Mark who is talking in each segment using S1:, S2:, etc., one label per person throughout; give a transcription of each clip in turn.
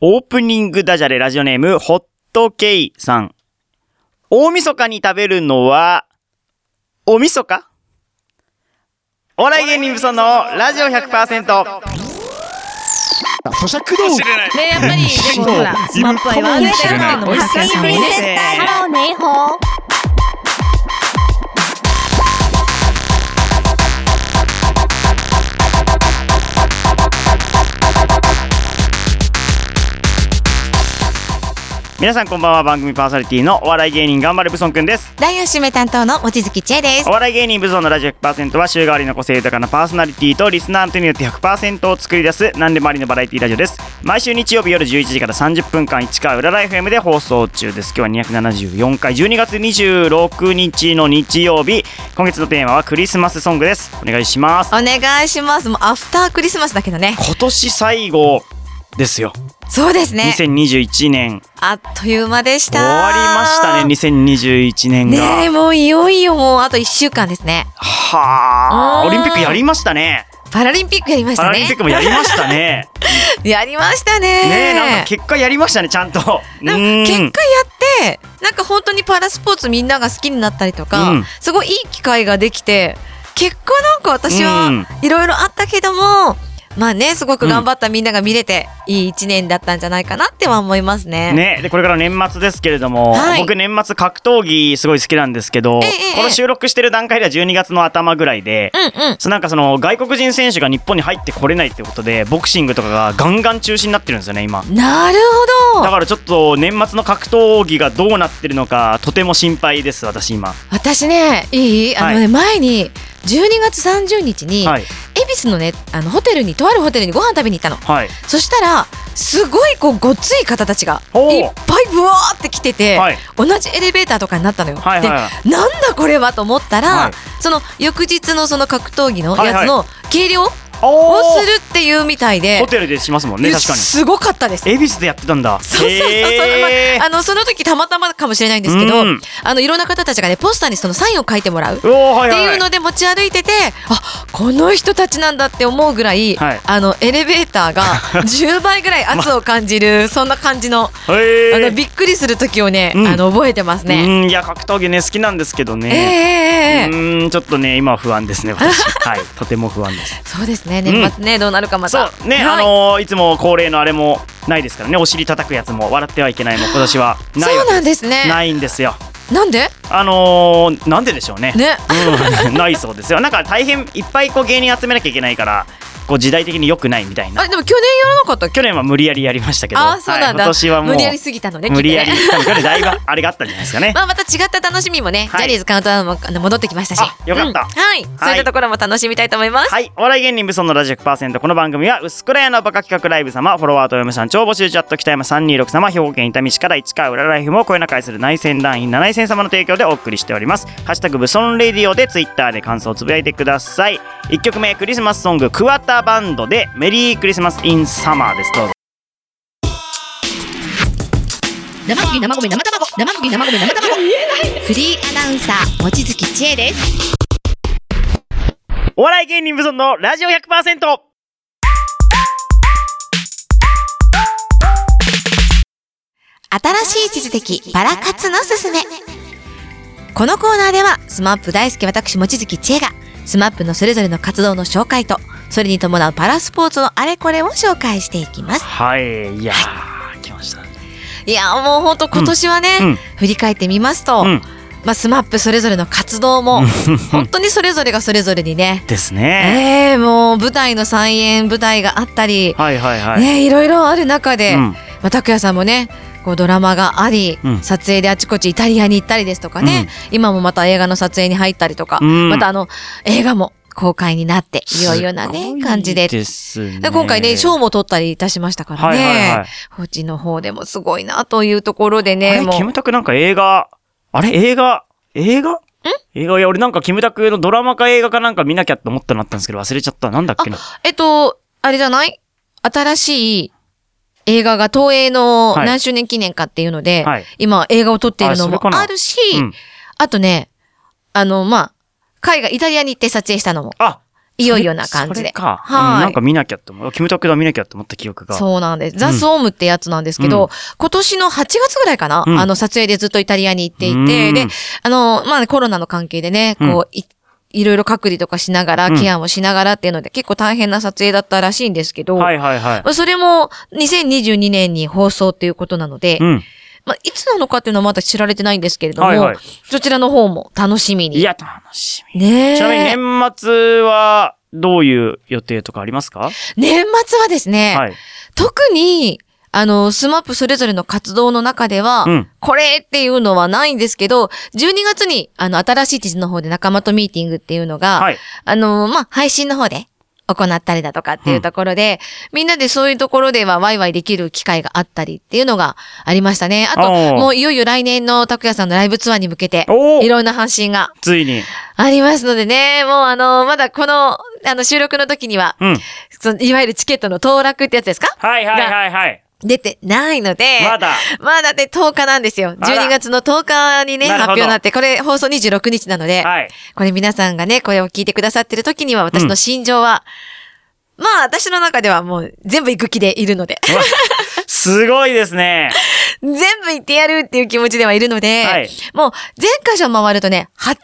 S1: オープニングダジャレラジオネーム、ホットケイさん。大晦日に食べるのは、お晦日お笑い芸人無双のラジオ100%。
S2: 咀嚼道具
S3: ねやっぱり、でもほら、スマップアイはね、
S4: いるか
S3: のも発散
S5: プリンセス
S3: ね。
S5: タイムハローネイホー
S1: 皆さんこんばんは、番組パーソナリティのお笑い芸人頑張れブソンくんです。
S4: 第4週目担当の望月千恵です
S1: お。笑い芸人無双のラジオ100%は週替わりの個性豊かなパーソナリティとリスナーとによって100%を作り出す何でもありのバラエティラジオです。毎週日曜日夜11時から30分間市川裏ライフ M で放送中です。今日は274回12月26日の日曜日。今月のテーマはクリスマスソングです。お願いします
S4: お。願いします。もうアフタークリスマスだけどね。
S1: 今年最後ですよ。
S4: そうですね。
S1: 2021年
S4: あっという間でし
S1: 終
S4: た。
S1: わりましたね。2021年が。
S4: ねえ、もういよいよもうあと1週間ですね。
S1: はあ、
S4: うん
S1: オリンピックやりましたね。
S4: パラリンピックやりまし
S1: パ
S4: た
S1: ラリン
S4: ね
S1: ピッ。クもやりました ね。
S4: やりましたね。
S1: ねえ、なんか結果やりましたね、ちゃんと。
S4: なん
S1: う
S4: か
S1: ん
S4: 結果やって、なんか本当にパラスポーツみんなが好きになったりとか、
S1: うん
S4: すごいいい機会ができて、結果なんか私
S1: うん
S4: はいろいろあったけども、まあね、すごく頑張ったみんなが見れて、いい一年だったんじゃないかなっては思いますね。
S1: ね、でこれから年末ですけれども、
S4: はい
S1: 僕年末格闘技すごい好きなんですけど、
S4: ええええ
S1: この収録してる段階では12月の頭ぐらいで、
S4: うんうん。
S1: そうなんかその外国人選手が日本に入ってこれないってことでボクシングとかがガンガン中止になってるんですよね今
S4: なるほ
S1: だ
S4: ど
S1: からちょっと年末の格闘技がどうなってるのかとても心配です私今
S4: 私ねいいあのね、
S1: はい
S4: 前に12月30日に、
S1: はい
S4: 恵比寿のねあのホテルにとあるホテルにご飯食べに行ったの
S1: はい
S4: そしたらすごいこうごっつい方たちが
S1: おう
S4: いっぱいブワーって来てて、
S1: はい
S4: 同じエレベーターとかになったのよ、
S1: はいはいはい
S4: でなんだこれはと思ったら、
S1: はい
S4: その翌日のその格闘技の
S1: はいは
S4: や
S1: い
S4: つの計量を
S1: おー
S4: するっていうみたいで、
S1: ホテルでしますもんね
S4: いや
S1: 確かに
S4: すごかったです
S1: 恵比寿でやってたんだ
S4: そうそうそうそう、ま
S1: へー
S4: あ、あのその時たまたまかもしれないんですけど、
S1: うん
S4: あのいろんな方たちがねポスターにそのサインを書いてもらう。っ
S1: うおーはい
S4: て
S1: はい
S4: いうので持ち歩いてて、あこの人たちなんだって思うぐらい、
S1: はい
S4: あのエレベーターが 10倍ぐらい圧を感じる、そんな感じの、
S1: へー
S4: あのびっくりする時をね、
S1: うん
S4: あの覚えてますね。
S1: うんいや格闘技ね好きなんですけど
S4: ええ
S1: ね、
S4: ええええ
S1: うんちょっとね今は不安 ですね私はいとても不安です
S4: そうですね年末ね、どうなるかま
S1: そ
S4: た。
S1: うね、
S4: はい
S1: あのーいつも恒例のあれもないですからねお尻叩くやつも笑ってはいけないも今年はないわ
S4: そう
S1: けで
S4: なん
S1: す
S4: ですね。
S1: ないんですよ
S4: なんで
S1: あのーなんででしょうね
S4: ね、
S1: うん、ないそうですよなんか大変いっぱいこう芸人集めなきゃいけないからこう時代的に良くないみたいな
S4: あでも去年やらなかったっけ
S1: 去年は無理やりやりましたけど
S4: あーそうなん
S1: はい、今
S4: だ、
S1: 年はもう
S4: 無理やりすぎたのねきっとね
S1: 無理やり多分去年だいぶあれがあったんじゃないですかね
S4: まあまた違った楽しみもね、
S1: はい
S4: ジャニーズカウントダウンもあの戻ってきましたし。
S1: あよかった
S4: うんはい、そういったところも楽しみたいと思います。
S1: はい。お笑い芸人無双のラジオ100%。この番組は、薄暗屋のバカ企画ライブ様、フォロワーとお嫁さん、超募集チャット、北山326様、兵庫県伊丹市から市川裏ライフも声中介する内戦団員7戦様の提供でお送りしております。ハッシュタグ、無双レディオでツイッターで感想をつぶやいてください。1曲目、クリスマスソング、クワタバンドで、メリークリスマスインサマーです。どうぞ。
S3: 生麦、生米、生卵、生麦、生米、生卵。
S4: フリーアナウンサー、望月千恵です。
S1: お笑い芸人無双のラジオ 100%!
S4: 新しい地図的パラ活のすすめ。このコーナーでは、スマップ大好き私、望月千恵が、スマップのそれぞれの活動の紹介と、それに伴うパラスポーツのあれこれを紹介していきます。
S1: はい。いやー、来ました。
S4: いやー、もうほんと今年はね、
S1: うんうん
S4: 振り返ってみますと、
S1: うん。
S4: まあ、スマップそれぞれの活動も、 本当にそれぞれがそれぞれにね、
S1: ですね。
S4: ええもう舞台の再演舞台があったり、
S1: はいはいはい。
S4: ねいろいろある中で、
S1: うん
S4: まあ、拓也さんもねこうドラマがあり、
S1: うん
S4: 撮影であちこちイタリアに行ったりですとかね、今もまた映画の撮影に入ったりとか、
S1: うん
S4: またあの映画も公開になっていよいよな
S1: すご
S4: ね
S1: い
S4: 感じで。
S1: ですね
S4: で今回ね、賞も取ったりいたしましたからね。
S1: はいはいはい
S4: こっちの方でもすごいなというところで
S1: あ
S4: ね、
S1: れ、
S4: もう
S1: キムタクなんか映画、あれ映画、映画映画いや、俺なんかキムタクのドラマか映画かなんか見なきゃって思ったのあったんですけど、忘れちゃった。なんだっけな。
S4: えっと、あれじゃない新しい映画が東映の
S1: はい
S4: 何周年記念かっていうので、
S1: はい
S4: 今映画を撮っているの
S1: あそれ
S4: も
S1: かな
S4: あるし、
S1: うん
S4: あとね、あの、まあ、海外、イタリアに行って撮影したのも。
S1: あ、
S4: いよいよな感
S1: そ
S4: じ
S1: れ
S4: で。
S1: か。
S4: はい
S1: うんなんか見なきゃって思う。キムタクだ見なきゃって思った記憶が。
S4: そうなんです。ザ・スオームってやつなんですけど、
S1: うん
S4: 今年の8月ぐらいかな、
S1: うん
S4: あの、撮影でずっとイタリアに行っていて、
S1: うん
S4: で、あの、まあ、コロナの関係でね、こう、いいろいろ隔離とかしながら、
S1: うん
S4: ケアもしながらっていうので、結構大変な撮影だったらしいんですけど、
S1: はいはいはい
S4: ま。あそれも2022年に放送っていうことなので、
S1: うん。
S4: まあ、いつなのかっていうのはまだ知られてないんですけれども、
S1: はいはい
S4: そちらの方も楽しみに。
S1: いや、楽しみ。
S4: ねえ
S1: ちなみに年末はどういう予定とかありますか
S4: 年末はですね、
S1: はい。
S4: 特に、あの、スマップそれぞれの活動の中では、
S1: うん
S4: これっていうのはないんですけど、12月に、あの、新しい地図の方で仲間とミーティングっていうのが、
S1: はい。
S4: あの、まあ、配信の方で行ったりだとかっていうところで、みんなでそういうところではワイワイできる機会があったりっていうのがありましたね。あと、
S1: おー
S4: もういよいよ来年の拓也さんのライブツアーに向けて
S1: お、ー
S4: いろんな配信が
S1: ついに。
S4: ありますのでね、もうあの、まだこの、あの、収録の時には、
S1: うん。
S4: そのいわゆるチケットの当落ってやつですか
S1: はいはいはいはい。
S4: 出てないので、
S1: まだ。
S4: まだで10日なんですよ。
S1: あら
S4: 12月の10日にね、
S1: なるほど
S4: 発表になって、これ放送26日なので、
S1: はい。
S4: これ皆さんがね、これを聞いてくださってる時には私の心情は、まあ私の中ではもう全部行く気でいるので、
S1: うわすごいですね。
S4: 全部行ってやるっていう気持ちではいるので、
S1: はい
S4: もう全箇所回るとね、8箇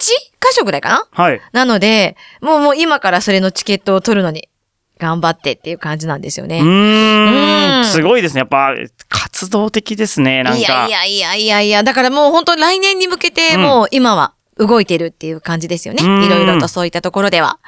S4: 所ぐらいかな
S1: はい。
S4: なので、もうもう今からそれのチケットを取るのに頑張ってっていう感じなんですよね。
S1: うー。
S4: うんん
S1: すごいですね。やっぱ、活動的ですね。なんか。
S4: いやいやいやいやいや、だからもう本当に来年に向けて
S1: うん
S4: もう今は動いてるっていう感じですよね。
S1: うん
S4: いろいろとそういったところでは。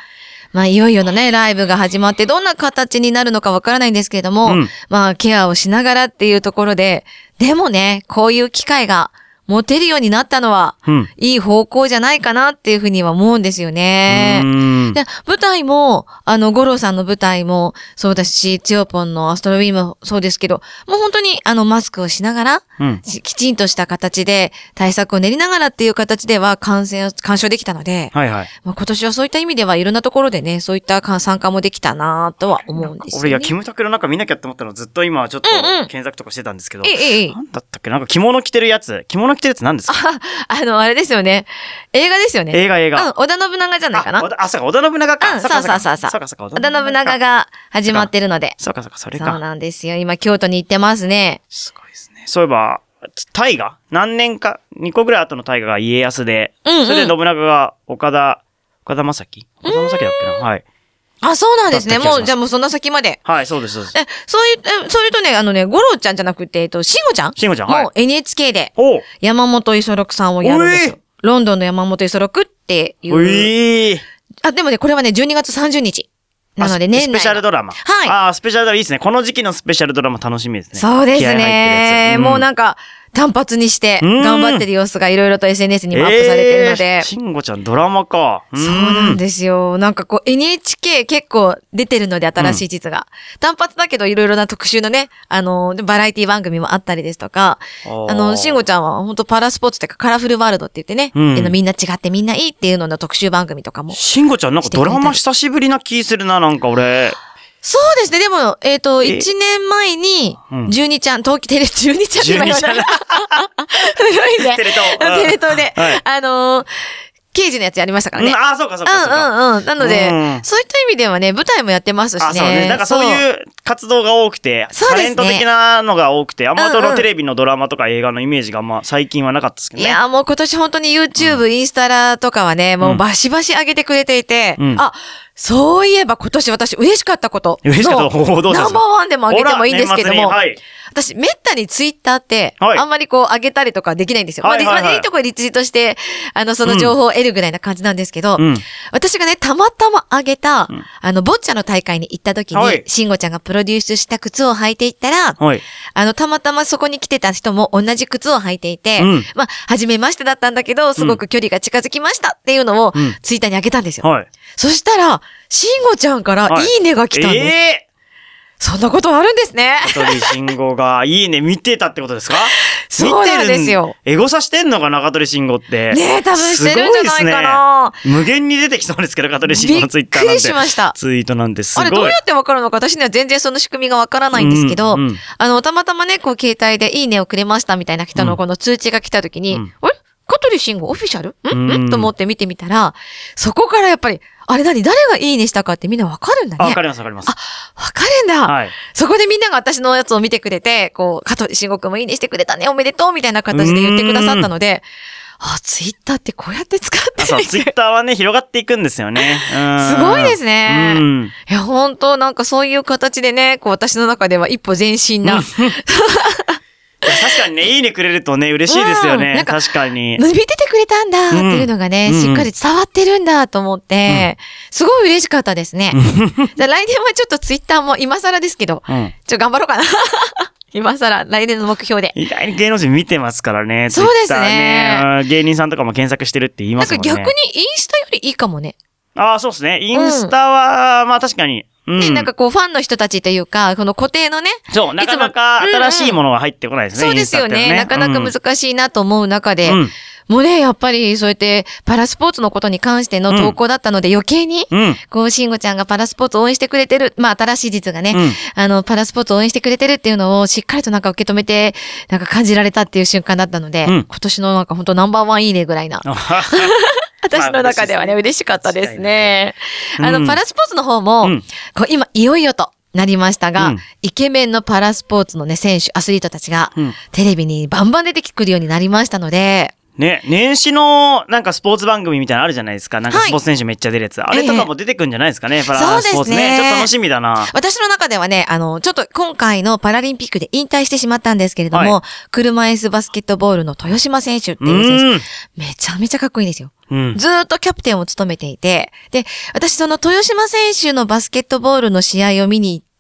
S4: まあいよいよのね、ライブが始まってどんな形になるのかわからないんですけれども、
S1: うん
S4: まあケアをしながらっていうところで、でもね、こういう機会が持てるようになったのは、
S1: うん
S4: いい方向じゃないかなっていうふうには思うんですよね。
S1: うーん
S4: で、舞台も、あの、五郎さんの舞台もそうですし、つよぽんのアストロウィーもそうですけど、もう本当にあの、マスクをしながら、
S1: うん。
S4: ききちんとした形で、対策を練りながらっていう形では感染を、干渉できたので、
S1: はいはい。
S4: まあ、今年はそういった意味ではいろんなところでね、そういったか参加もできたなとは思うんですよ、ね。
S1: 俺、いや、キムタクの中見なきゃって思ったのずっと今ちょっと
S4: うんうん
S1: 検索とかしてたんですけど。
S4: ええええ
S1: なんだったっけなんか着物着てるやつ。着物着てるやつ何ですか
S4: ああの、あれですよね。映画ですよね。
S1: 映画映画
S4: うん、織田信長じゃないかな。
S1: あ
S4: う
S1: おだあ、そうか、織田信長か。
S4: ん、そうそうそうそう。
S1: そうか、そうか、
S4: 織田信長。が始まってるので。
S1: そうか、そうか、それ
S4: そう
S1: か。
S4: なんですよ。今、京都に行ってますね。
S1: すごいですね。そういえば、大河何年か、2個ぐらい後の大河が家康で、
S4: うんうん
S1: それで信長が岡田、岡田正樹岡田正樹だっけなはい。
S4: あ、そうなんですね。
S1: だった気がしま
S4: も
S1: す
S4: う、じゃあもうそんな先まで。
S1: はい、そうです、そうです。
S4: え、そういう、えそれとね、あのね、五郎ちゃんじゃなくて、えっと、慎吾ちゃん
S1: 慎吾ちゃんはい
S4: もう NHK で、
S1: おう
S4: 山本五十六さんをやるんです
S1: お
S4: よ。ロンドンの山本五十六っていう。
S1: ういー
S4: あ、でもね、これはね、12月30日。なので、
S1: あ
S4: 年内
S1: ス
S4: の。
S1: ペシャルドラマ。
S4: はい
S1: ああ、スペシャルドラマいいですね。この時期のスペシャルドラマ楽しみですね。
S4: そうです
S1: 気合入ってるや
S4: ね
S1: つ。
S4: もうなんか、単発にして、
S1: うん
S4: 頑張ってる様子がいろいろと SNS にもアップされてるの
S1: え
S4: で
S1: ー。しんごちゃんドラマか。
S4: そうなんですよ。なんかこう NHK 結構出てるので新しい地図が。単発だけどいろいろな特集のね、あの、バラエティ番組もあったりですとか、
S1: おー
S4: あの、慎吾ちゃんは本当パラスポーツというかカラフルワールドって言ってね、
S1: うん
S4: あのみんな違ってみんないいっていうのの特集番組とかも。
S1: しんごちゃんなんかドラマ久しぶりな気するな、なんか俺。
S4: そうですね、でも、えっ、と、
S1: え
S4: 1年前に
S1: うん、
S4: 十二ちゃん、東京テレ、十二ちゃんって今言わな
S1: 12
S4: い。
S1: ち
S4: 古い ね。
S1: テレ東うん
S4: テレ東で、
S1: はい
S4: あのー刑事のやつやりましたから
S1: う
S4: ね。
S1: ん、ああ、そうかそうかそうか。
S4: うんうんうん。なので、
S1: うん
S4: そういった意味ではね、舞台もやってますしね。
S1: あ、そうね。なんかそう
S4: う。
S1: いう活動が多くて、
S4: そう
S1: タ
S4: です
S1: レ
S4: ね
S1: ント的なのが多くて、あんまそ
S4: うんう
S1: の
S4: ん
S1: テレビのドラマとか映画のイメージがあんま最近はなかったですけど
S4: い
S1: ね。
S4: やーもう今年本当に YouTube、インスタラとかはね、もうバシバシ上げてくれていて、
S1: うん
S4: あ、そういえば今年私嬉しかったことの。
S1: 嬉しかったことおーどうしたんで
S4: ナ
S1: す
S4: ン
S1: か
S4: バーワンでも上げてもいいんですけども、
S1: ほら年末にはい
S4: 私めったに Twitter って、
S1: はい
S4: あんまりこう上げたりとかできないんですよ。
S1: はいはい
S4: まあ
S1: はい
S4: まあいいとこリツイートして、あの、その情報を得るぐらいな感じなんですけど、
S1: うん
S4: 私がね、たまたま上げた、
S1: ん
S4: あの、ボッチャの大会に行った時
S1: はい
S4: に、慎吾ちゃんがプロデュースした靴を履いていったら、
S1: はい。
S4: あの、たまたまそこに来てた人も同じ靴を履いていて、
S1: うん
S4: まあ、初めましてだったんだけど、すごく距離が近づきましたっていうのを
S1: うん、
S4: ツイッターに上げたんですよ。
S1: はい。
S4: そしたら、しんごちゃんから
S1: はい
S4: いねが来たんです。
S1: え
S4: そんなことあるんですね。
S1: えー、鳥信号が、いいね、見てたってことですか
S4: そうなんですよ
S1: 見てるんエゴサしてんのか、中鳥信号って。
S4: ねえ多分してるんじゃないかな
S1: すごいですね無限に出てきそうですけど、中鳥信号のツイッターなんて。
S4: びっくりしました
S1: ツイートなんですご
S4: あ
S1: い。
S4: れどうやってわかるのか私には全然その仕組みがわからないんですけど、
S1: うんうん
S4: あの、たまたまね、こう携帯でいいねをくれましたみたいな人のこの通知が来た時に、
S1: うん
S4: あれ香取慎吾オフィシャル
S1: うん
S4: んんと思って見てみたら、そこからやっぱり、あれ何誰がいいねしたかってみんなわかるんだ
S1: あ
S4: ね。
S1: わ
S4: わ
S1: か
S4: か
S1: りますわかります。
S4: るんだ。
S1: はい。
S4: そこでみんなが私のやつを見てくれて、こう、香取慎吾くんもいいねしてくれたね、おめでとうみたいな形で言ってくださったので、あ、ツイッターってこうやって使って
S1: あ
S4: る
S1: そう、ツイッターはね、広がっていくんですよね。
S4: すごいです
S1: ね。
S4: ね。
S1: うん。
S4: いや、本当なんかそういう形でね、こう私の中では一歩前進な。
S1: 確かにね、いいねくれるとね、嬉しいですよ
S4: うんな
S1: ね。
S4: んか
S1: 確かに。
S4: 見ててくれたんだっていうのがね、
S1: うん
S4: しっかり伝わってるんだと思って、すごい嬉しかったですね。じゃあ来年はちょっとツイッターも今更ですけど、
S1: うん。
S4: ちょっと頑張ろうかな。 今更、来年の目標で。
S1: 意外に芸能人見てますからね。
S4: そうですね
S1: Twitter うん芸人さんとかも検索してるって言い
S4: な
S1: ま
S4: ん
S1: す
S4: か
S1: もんね。
S4: 逆にインスタよりいいかもね。
S1: ああ、そうですね。インスタは、まあ確かに。う
S4: ね、
S1: ん。
S4: なんかこうファンの人たちというか、この固定のね、
S1: そう、なかなか
S4: いつも
S1: 新しいものが入ってこないですね。
S4: そうですよね。
S1: イン
S4: な
S1: スタ
S4: か
S1: って
S4: なか難しいなと思う中で、
S1: うんうん
S4: もうね、やっぱりそうやってパラスポーツのことに関しての投稿だったので余計に、
S1: うん。
S4: こう、慎吾ちゃんがパラスポーツを応援してくれてる、まあ、新しい実がね、
S1: うん
S4: あの、パラスポーツを応援してくれてるっていうのをしっかりとなんか受け止めて、なんか感じられたっていう瞬間だったので、
S1: うん
S4: 今年のなんか本当ナンバーワンいいねぐらいな。 私の中ではね、
S1: まあ
S4: 嬉しかったですね。
S1: 確か
S4: あ
S1: に
S4: の、パラスポーツの方も、
S1: うん
S4: こう今、いよいよとなりましたが、
S1: うん
S4: イケメンのパラスポーツのね、選手、アスリートたちが、
S1: うん
S4: テレビにバンバン出てくるようになりましたので、
S1: ね、年始のなんかスポーツ番組みたいなのあるじゃないですか。なんか
S4: はい
S1: スポーツ選手めっちゃ出るやつ。あ
S4: え
S1: れ
S4: え
S1: とかも出てくんじゃないですかね、パ
S4: そう
S1: ラ
S4: です
S1: ス
S4: ね
S1: ポーツね。ちょっと楽しみだな。
S4: 私の中ではね、あの、ちょっと今回のパラリンピックで引退してしまったんですけれども、
S1: は
S4: 車椅子バスケットボールの豊島選手って
S1: う
S4: いう選
S1: ん。
S4: 手、めちゃめちゃかっこいいんですよ。
S1: うん。
S4: ずーっとキャプテンを務めていて、で、私その豊島選手のバスケットボールの試合を見に行って、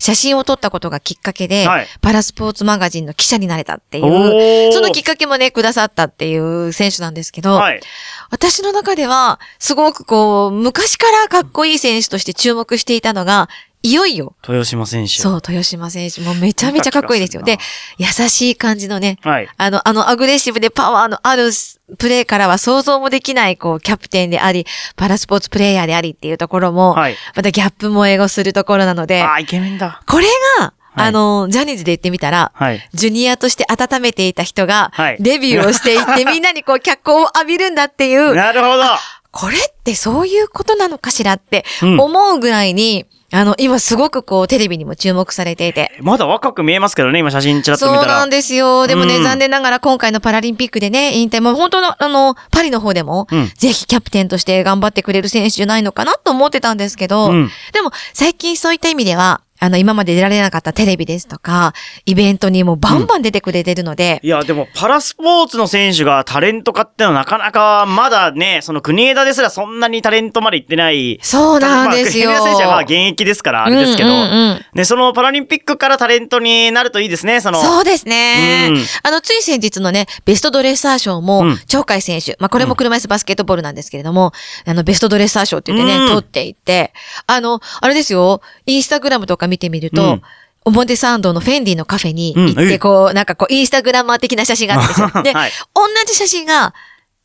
S4: 写真を撮ったことがきっかけで、
S1: はい
S4: パラスポーツマガジンの記者になれたってい
S1: おー
S4: う、そのきっかけもね、くださったっていう選手なんですけど、
S1: はい。
S4: 私の中では、すごくこう、昔からかっこいい選手として注目していたのが、いよいよ、
S1: 豊島選手。
S4: そう、豊島選手、もうめちゃめちゃかっこいいですよ。
S1: 見
S4: で
S1: た気が、
S4: 優しい感じのね、
S1: はい。
S4: あの、あの、アグレッシブでパワーのあるプレーからは想像もできない、こう、キャプテンであり、パラスポーツプレイヤーでありっていうところも、
S1: はい
S4: またギャップも英語するところなので、
S1: ああ、イケメンだ。
S4: これが、
S1: はい
S4: あの、ジャニーズで言ってみたら、
S1: はい
S4: ジュニアとして温めていた人が
S1: はい、
S4: デビューをしていって、みんなにこう、脚光を浴びるんだって いう、
S1: なるほど。
S4: これってそういうことなのかしらって
S1: うん
S4: 思うぐらいに、あの、今すごくこう、テレビにも注目されていて。
S1: まだ若く見えますけどね、今写真ちらっと
S4: そう
S1: 見たら。
S4: なんですよ。でもね、
S1: うん
S4: 残念ながら今回のパラリンピックでね、引退も本当の、あの、パリの方でも、
S1: うん
S4: ぜひキャプテンとして頑張ってくれる選手じゃないのかなと思ってたんですけど、
S1: うん
S4: でも最近そういった意味では、あの、今まで出られなかったテレビですとか、イベントにもうバンバン出てくれてるので、
S1: いや、でも、パラスポーツの選手がタレント化ってのはなかなか、まだね、その国枝ですらそんなにタレントまで行ってない。
S4: そうなんですよ
S1: まあ国枝選手はまあ現役ですから、あれですけど。
S4: うんうんうん
S1: ね、そのパラリンピックからタレントになるといいですね、その。
S4: そうですね、
S1: うん
S4: あの、つい先日のね、ベストドレッサー賞
S1: う
S4: も
S1: ん、
S4: 鳥海選手、まあ、これも車椅子バスケットボールなんですけれども、あの、ベストドレッサー賞って言ってね、
S1: うん
S4: 取っていて、あの、あれですよ、インスタグラムとか見てみる
S1: う
S4: と、
S1: ん
S4: 表参道のフェンディのカフェに
S1: うん
S4: 行っ
S1: え
S4: て、こう、なんかこう、インスタグラマー的な写真があ ったんですよ。で、
S1: はい
S4: 同じ写真が、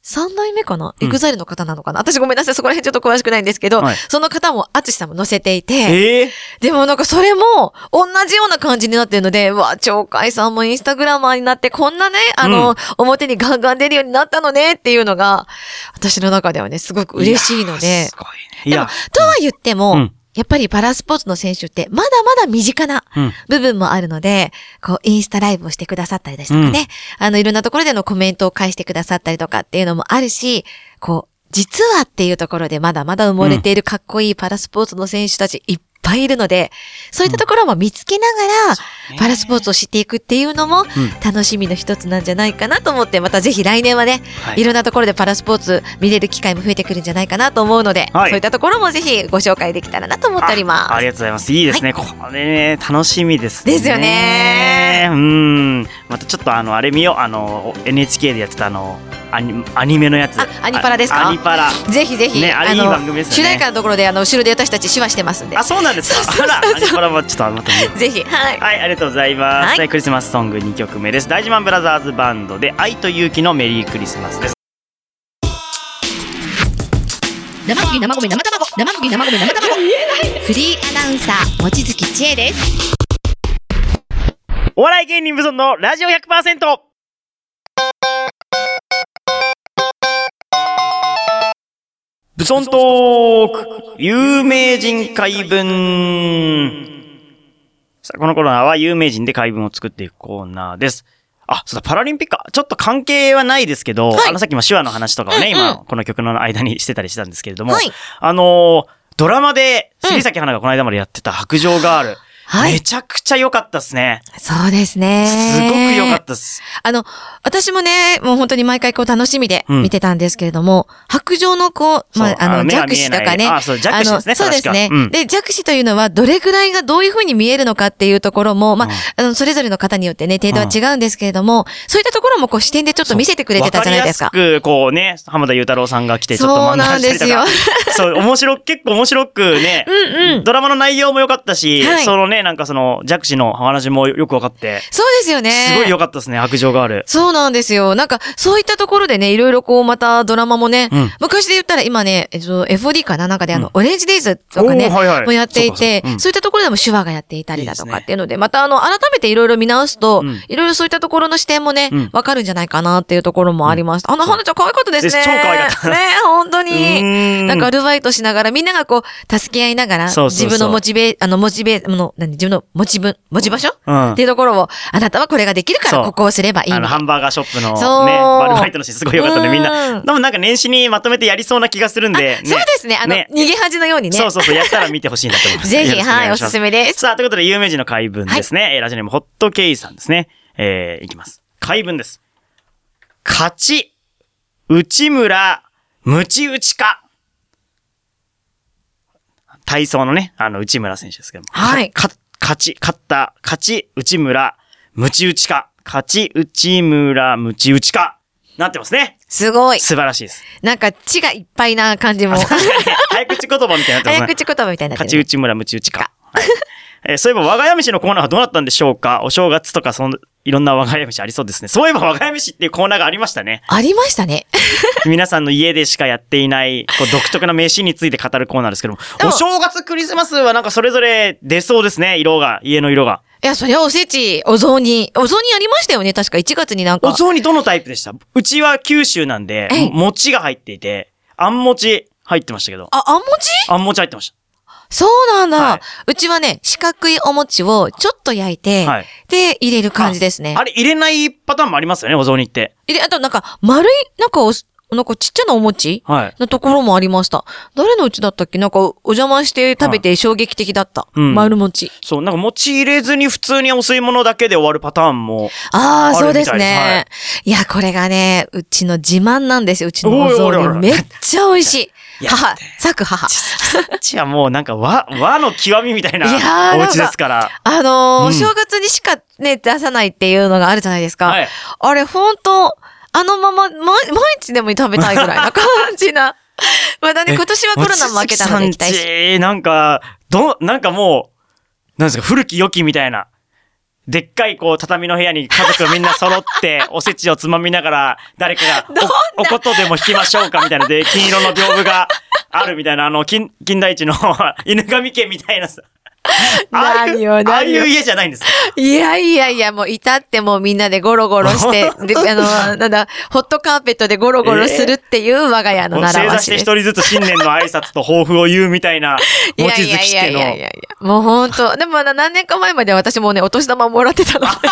S4: 三代目かなエグザイルの方なのかな、私ごめんなさい、そこら辺ちょっと詳しくないんですけど、
S1: はい
S4: その方も、アツシさんも載せていて、
S1: ええ
S4: でもなんかそれも同じような感じになってるので、うわ、鳥海さんもインスタグラマーになってこんなね、あの、
S1: うん
S4: 表にガンガン出るようになったのねっていうのが、私の中ではね、すごく嬉しいの
S1: いや
S4: で。
S1: すごいね。い
S4: でも
S1: や、、
S4: とは言っても、
S1: うん
S4: やっぱりパラスポーツの選手ってまだまだ身近な
S1: うん
S4: 部分もあるので、こう、インスタライブをしてくださったりですとかね、あの、いろんなところでのコメントを返してくださったりとかっていうのもあるし、こう、実はっていうところでまだまだ埋もれているかっこいいパラスポーツの選手たちいっぱいいるので、そういったところも見つけながら、パラスポーツを知っていくっていうのも
S1: ん
S4: 楽しみの一つなんじゃないかなと思って、またぜひ来年はね、
S1: はい
S4: いろんなところでパラスポーツ見れる機会も増えてくるんじゃないかなと思うので、
S1: はい
S4: そういったところもぜひご紹介できたらなと思っております。
S1: あありがとうございます。いいですね。これね、楽しみですね。
S4: ですよね。
S1: うん。またちょっとあの、あれ見よう。あの、NHK でやってたあの、アニアニメのやつ。
S4: あアニパラですか
S1: あアニパラ。
S4: ぜひぜひ、
S1: ねあれいい番組ですよね
S4: 主題歌のところであの後ろで私たち手話してますんで
S1: あ、、そうなんですか。あら、アニパラもちょっとまた見よう
S4: ぜひ、はい、
S1: はい、ありがとうございます。
S4: はい
S1: はい、クリスマスソング2曲目です。大事マンブラザーズバンドで、愛と勇気のメリークリスマスです。
S3: 生麦生米生卵生麦生米生卵
S4: フリーアナウンサー望月千恵です。
S1: お笑い芸人無存のラジオ100%。ブソントーク有名人解文さあ、このコーナーは有名人で解文を作っていくコーナーです。あ、そうだ、パラリンピックか。ちょっと関係はないですけど、
S4: はい
S1: あの、さっきも手話の話とかをね、
S4: うんうん
S1: 今、この曲の間にしてたりしたんですけれども、
S4: はい
S1: あのードラマで、杉咲花がこの間までやってた白状ガール、
S4: はい
S1: めちゃくちゃ良かったですね。
S4: そうですね。
S1: すごく良かったです。
S4: あの、私もね、もう本当に毎回こう楽しみで
S1: うん
S4: 見てたんですけれども、白状のこう、ま
S1: そう
S4: あ、あ
S1: あの
S4: の、
S1: 目が
S4: 弱視と
S1: 見え
S4: か
S1: ない
S4: ね。
S1: あそう弱視ですね
S4: あのそうですね
S1: 確かうん。
S4: で、弱視というのは、どれぐらいがどういうふうに見えるのかっていうところも、まあ、あの、それぞれの方によってね、程度は違うんですけれども、そういったところもこう視点でちょっと見せてくれてたじゃないです
S1: わ
S4: か
S1: か。りやすく、こうね、浜田雄太郎さんが来て、ちょっと漫談したりとか。 そう、面白、結構面白くね、
S4: うんうん
S1: ドラマの内容も良かったし、
S4: はい
S1: そのね、なんかその、弱視の話もよく分かって、
S4: そうですよね。
S1: すごい良かったですね、白状がある。
S4: そうなんですよ。なんか、そういったところでね、いろいろこう、またドラマもね、
S1: うん
S4: 昔で言ったら今ね、えっと、FOD かななんかであ
S1: う
S4: の、
S1: ん
S4: オレンジデイズとか
S1: お
S4: ね、
S1: ーはいはい
S4: もやってい
S1: そう
S4: て
S1: かそうかう
S4: そ
S1: ん
S4: ういったところでも手話がやっていたりだと
S1: いいです
S4: か
S1: ね
S4: っていうので、またあの、改めていろいろ見直すと、
S1: うん
S4: いろいろそういったところの視点もね
S1: うん、
S4: わ、かるんじゃないかなっていうところもありました。あの、花ちゃん可愛かったですね。
S1: です超可愛かった
S4: ね、本当
S1: う
S4: に。
S1: ーん
S4: なんかアルバイトしながら、みんながこう、助け合いながら、
S1: そうそうそう
S4: 自分のモチベ、あの、モチベ、あの、何、自分のモチブ、モチ場所、
S1: うん
S4: っていうところを、あなたはこれができるか
S1: そ
S4: ら、
S1: う
S4: ここをすればいいみた
S1: あ
S4: い
S1: の、
S4: な
S1: ハンバーガーショップのね、
S4: そう
S1: アルバイトのシーンすごい良かったんで、みんな。
S4: うん
S1: でもなんか年始にまとめてやりそうな気がするんで、ね
S4: そうですね。あの、逃げ恥のようにね。
S1: そうそうそう、やったら見てほしいなと思いま す。
S4: ぜ
S1: よろ
S4: ひ、
S1: しく願
S4: はい、お
S1: します
S4: すめです。
S1: さあ、ということで、有名人の解文ですね。えーラジオネーム、ホットケイさんですね。えー、いきます。解文です。勝ち、内村、ムチ打ちか。体操のね、あの、内村選手ですけども。
S4: はい
S1: か、勝ち、勝った、勝ち、内村、ムチ打ちか。勝ち、内村、ムチ打ちか。なってますね。
S4: すごい。
S1: 素晴らしいです。
S4: なんか、血がいっぱいな感じも。
S1: 早口言葉みたいになってますね
S4: 早。口言葉みたいになって
S1: 勝ち打
S4: る。。
S1: ち村、ムチ打ちか。はいえーそういえば、我が家飯のコーナーはどうなったんでしょうかお正月とか、その、いろんな我が家飯ありそうですね。そういえば、我が家飯っていうコーナーがありましたね
S4: ありましたね。
S1: 皆さんの家でしかやっていない、こう、独特な飯について語るコーナーですけども、
S4: でも
S1: お正月、クリスマスはなんかそれぞれ出そうですね、色が、家の色が。
S4: いや、それはおせち、お雑煮。お雑煮ありましたよね。確か1月になん
S1: お
S4: か。
S1: 雑煮どのタイプでしたうちは九州なんで
S4: えい、
S1: 餅が入っていて、あん餅入ってましたけど、
S4: あ、あん餅
S1: あん餅入ってまし
S4: そうなんだ、
S1: はいう
S4: ちはね、四角いお餅をちょっと焼いて、
S1: はい
S4: で、入れる
S1: た。
S4: 感じですね
S1: あ。れ入れないパターンもありますよね、お雑煮って。
S4: 入れ、あとなんか、丸い、なんかお、なんかちっちゃなお餅
S1: はい。
S4: のところもありました。誰のうちだったっけなんか、お邪魔して食べて衝撃的だった。
S1: うん
S4: 丸餅。
S1: そう、なんか餅入れずに普通にお吸い物だけで終わるパターン も。
S4: ああ、
S1: ある
S4: そう
S1: みたい
S4: で
S1: です
S4: すね。い、や、これがね、うちの自慢なんですよ。うちのお
S1: おいおいおい
S4: 雑
S1: おい
S4: 煮めっちゃ美味しい。
S1: やだ
S4: 母、咲く母。
S1: こっちはもうなんか和、和の極みみたいない
S4: やー
S1: お家ですから。
S4: あ
S1: う
S4: のー
S1: ん
S4: お正月にしかね、出さないっていうのがあるじゃないですか。
S1: はい
S4: あれ、ほんと、あのまま、毎毎日でも食べたいぐらいな感 じな。まだね、今年はコロナも明けたので行きたいし。
S1: えー、なんか、ど、なんかもう、なんですか、古き良きみたいな。でっかいこう畳の部屋に家族がみんな揃 って、おせちをつまみながら、誰かがお、おことでも弾きましょうかみたいなで、金色の屏風があるみたいな、あの、金、金田一の 犬神家みたいなさ。ああい
S4: 何
S1: う、
S4: よ何よ
S1: ああいう家じゃないんですか。
S4: いやいやいや、もう、至ってもうみんなでゴロゴロして、で、あの、なんだ、ホットカーペットでゴロゴロするっていう我が家の習
S1: 正
S4: わ
S1: 座
S4: し
S1: して
S4: で
S1: 一
S4: す。
S1: 人ずつ新年の挨拶と抱負を言うみた いな、
S4: い
S1: 餅
S4: や
S1: 月
S4: いやいや
S1: 家
S4: い
S1: の。
S4: やいやいや。もうほんと。でもあの何年か前までは私もね、お年玉もらって たので。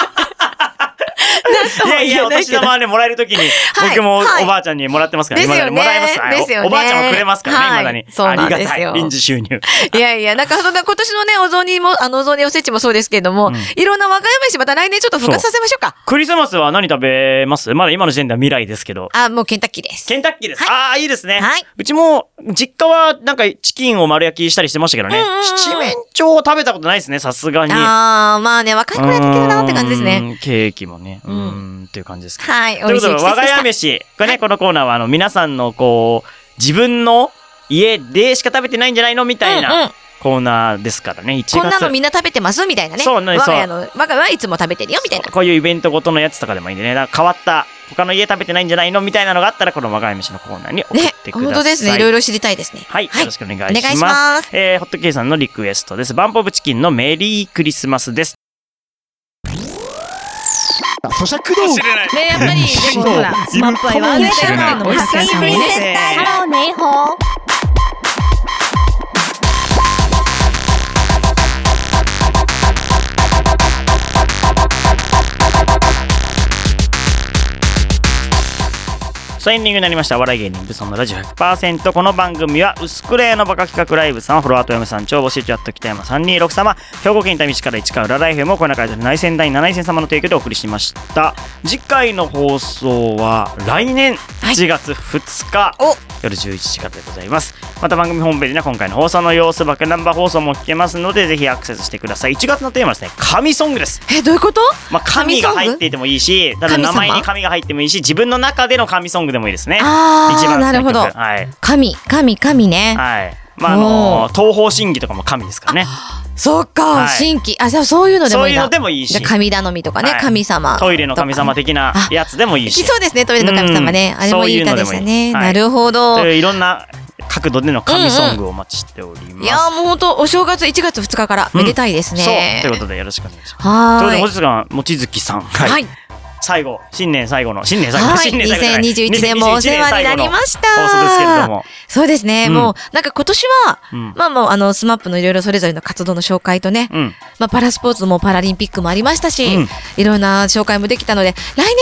S1: いやいや、お年玉はね、もらえるときに、
S4: はい
S1: 僕もお
S4: はい
S1: ばあちゃんにもらってますから、
S4: ですよね
S1: 未だにもらえますはい
S4: ですよね
S1: おばあちゃんはくれますからね、
S4: はい
S1: 未だに。
S4: そうなんですよ
S1: ありがたい。臨時収入。
S4: いやいや、なんかそんな今年のね、お雑煮も、あのお雑煮おせちもそうですけれども、いろんな和歌山市また来年ちょっと復活させましょうか。
S1: クリスマスは何食べますまだ今の時点では未来ですけど。
S4: あ、もうケンタッキーです。
S1: ケンタッキーです。
S4: はい
S1: ああ、いいですね。
S4: はいう
S1: ちも、実家は、なんか、チキンを丸焼きしたりしてましたけどね
S4: うんうんうん。
S1: 七面鳥を食べたことないですね、さすがに。
S4: あー、まあね、若い頃やってけるなって感じです
S1: う
S4: ね。
S1: ーん。ケーキもね、うー、
S4: うん
S1: っていう感じですか
S4: はい、
S1: と
S4: 美
S1: いう
S4: 味
S1: こ
S4: しい
S1: と
S4: 季
S1: で、我
S4: 節
S1: が
S4: で
S1: 家
S4: した。
S1: 飯。これね、このコーナーは、あの、皆さんの、こう、自分の家でしか食べてないんじゃないのみたい
S4: うんうん
S1: なコーナーですからね、1月。
S4: こんなのみんな食べてますみたいなね。
S1: そう
S4: 我
S1: ね
S4: が
S1: そう
S4: 家の、我が家はいつも食べてるよみたいな。
S1: こういうイベントごとのやつとかでもいいんでね、なんか変わった、他の家食べてないんじゃないのみたいなのがあったら、この我が家飯のコーナーに送っ
S4: ね
S1: て、ください。
S4: 本当ですね。いろいろ知りたいですね。
S1: はい、よろしくお願いします。
S4: お願いします
S1: えー、ホットケイさんのリクエストです。バンポブチキンのメリークリスマスです。
S2: 咀嚼道具
S5: ねやっぱりでもほらスマップ愛はあるんだよっていうのも
S6: ハ
S5: さ
S6: ッ
S5: すが
S6: ピー
S5: に
S6: プリンセ
S5: ね
S6: スターハローネイホー
S1: さあエンディングになりましたお笑い芸人ブソンのラジオ100%この番組は薄くれのバカ企画ライブ様フォロワーと嫁さん超募集中あった北山326様兵庫県伊丹市から市川裏ライフもこの中で内戦第7戦様の提供でお送りしました次回の放送は来年7月2日、夜11時からでございますまた番組ホームページには今回の放送の様子バックナンバー放送も聞けますのでぜひアクセスしてください1月のテーマはですね神ソングです
S4: えどういうこと
S1: まあ、神が入っていてもいいし、ただ名前に神が入ってもいいし、自分の中での神ソングでもいいですね。
S4: あー
S1: 一番好き
S4: なるほど
S1: 曲はい。
S4: 神神神ね
S1: はい。まあ、あのー東方神起とかも神ですからね。
S4: そっ
S1: は
S4: か
S1: い
S4: 新規あじゃあそういうのでもい
S1: そうい
S4: い
S1: う
S4: な
S1: のでもいいし
S4: じゃあ神頼みとかね
S1: はい
S4: 神様
S1: トイレの神様
S4: とか
S1: 的なやつでもいいし。
S4: そうですねトイレの神様ね
S1: うん
S4: あれもいい歌でし
S1: そうい
S4: た
S1: うのでもい
S4: ね
S1: い
S4: なるほど
S1: といういろんな角度での神ソングをお待ちしております。
S4: いやーもう本当お正月1月2日からめでたいですね。
S1: そう。ということでよろしくお願いします。
S4: は
S1: ということ
S4: ー
S1: で、本日
S4: い。
S1: が、望月さん。はい
S4: はい。
S1: 最後、新年最後の、新年最後、
S4: はい
S1: 新年最後じゃない。
S4: 2021年もお世話になりました
S1: 2021年最後の放送ですけれども。
S4: そうですね。
S1: うん
S4: もうなんか今年は、
S1: うん
S4: まあもうあのスマップのいろいろそれぞれの活動の紹介とね、
S1: うん。
S4: まあパラスポーツもパラリンピックもありましたし、
S1: うん
S4: いろんな紹介もできたので、来年はね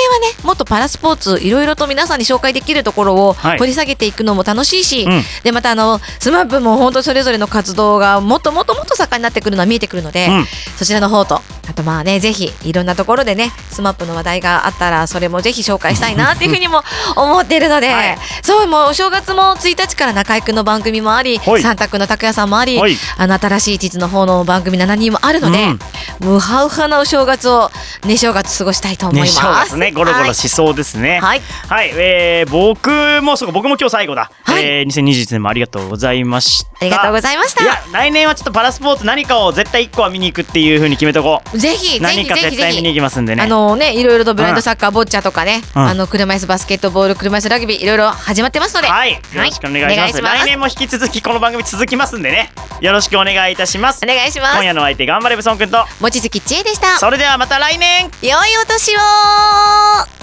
S4: もっとパラスポーツいろいろと皆さんに紹介できるところを
S1: はい
S4: 掘り下げていくのも楽しいし、
S1: うん
S4: でまたあのスマップも本当それぞれの活動がもっともっともっと盛んになってくるのは見えてくるので。
S1: うん。
S4: そちらの方と、あとまあね、ぜひいろんなところでね、スマップの話題があったら、それもぜひ紹介したいなっていうふう にも思っているので、
S1: はい
S4: そう、もうお正月も1日から中居くんの番組もあり、
S1: はい
S4: 三択の拓也さんもあり
S1: はい、
S4: あの新しい地図の方の番組7人もあるので、もうハウハなお正月を、ね正月過ごしたいと思いま
S1: ね、
S4: す。
S1: 正月ね、ゴロゴロしそうですね。
S4: はい。
S1: はい、えー、僕も、そうか、僕も今日最後だ。
S4: はい
S1: えー、2021年もありがとうございました。
S4: ありがとうございました
S1: いや、来年はちょっとパラスポーツ何かを絶対1個は見に行くっていう風に決めとこう。
S4: ぜひ、ぜ
S1: 何
S4: ひ、ぜ
S1: か
S4: ひ、
S1: 絶
S4: ぜ
S1: 対見に行
S4: ひ。
S1: きますんでね。
S4: あのね、いろいろとブラインドサッカー、ボッチャとかね、
S1: うん
S4: あの車椅子バスケットボール、車椅子ラグビー、いろいろ始まってますので、
S1: はい、よろしくお願いします。
S4: お願いし
S1: 来年も引き続きこの番組続きますんでね。よろしくお願いいたします。
S4: お願いします
S1: 今。夜のお相手、頑張れブソンくんと。
S4: 望月千恵でした。
S1: それではまた来年
S4: 良いお年を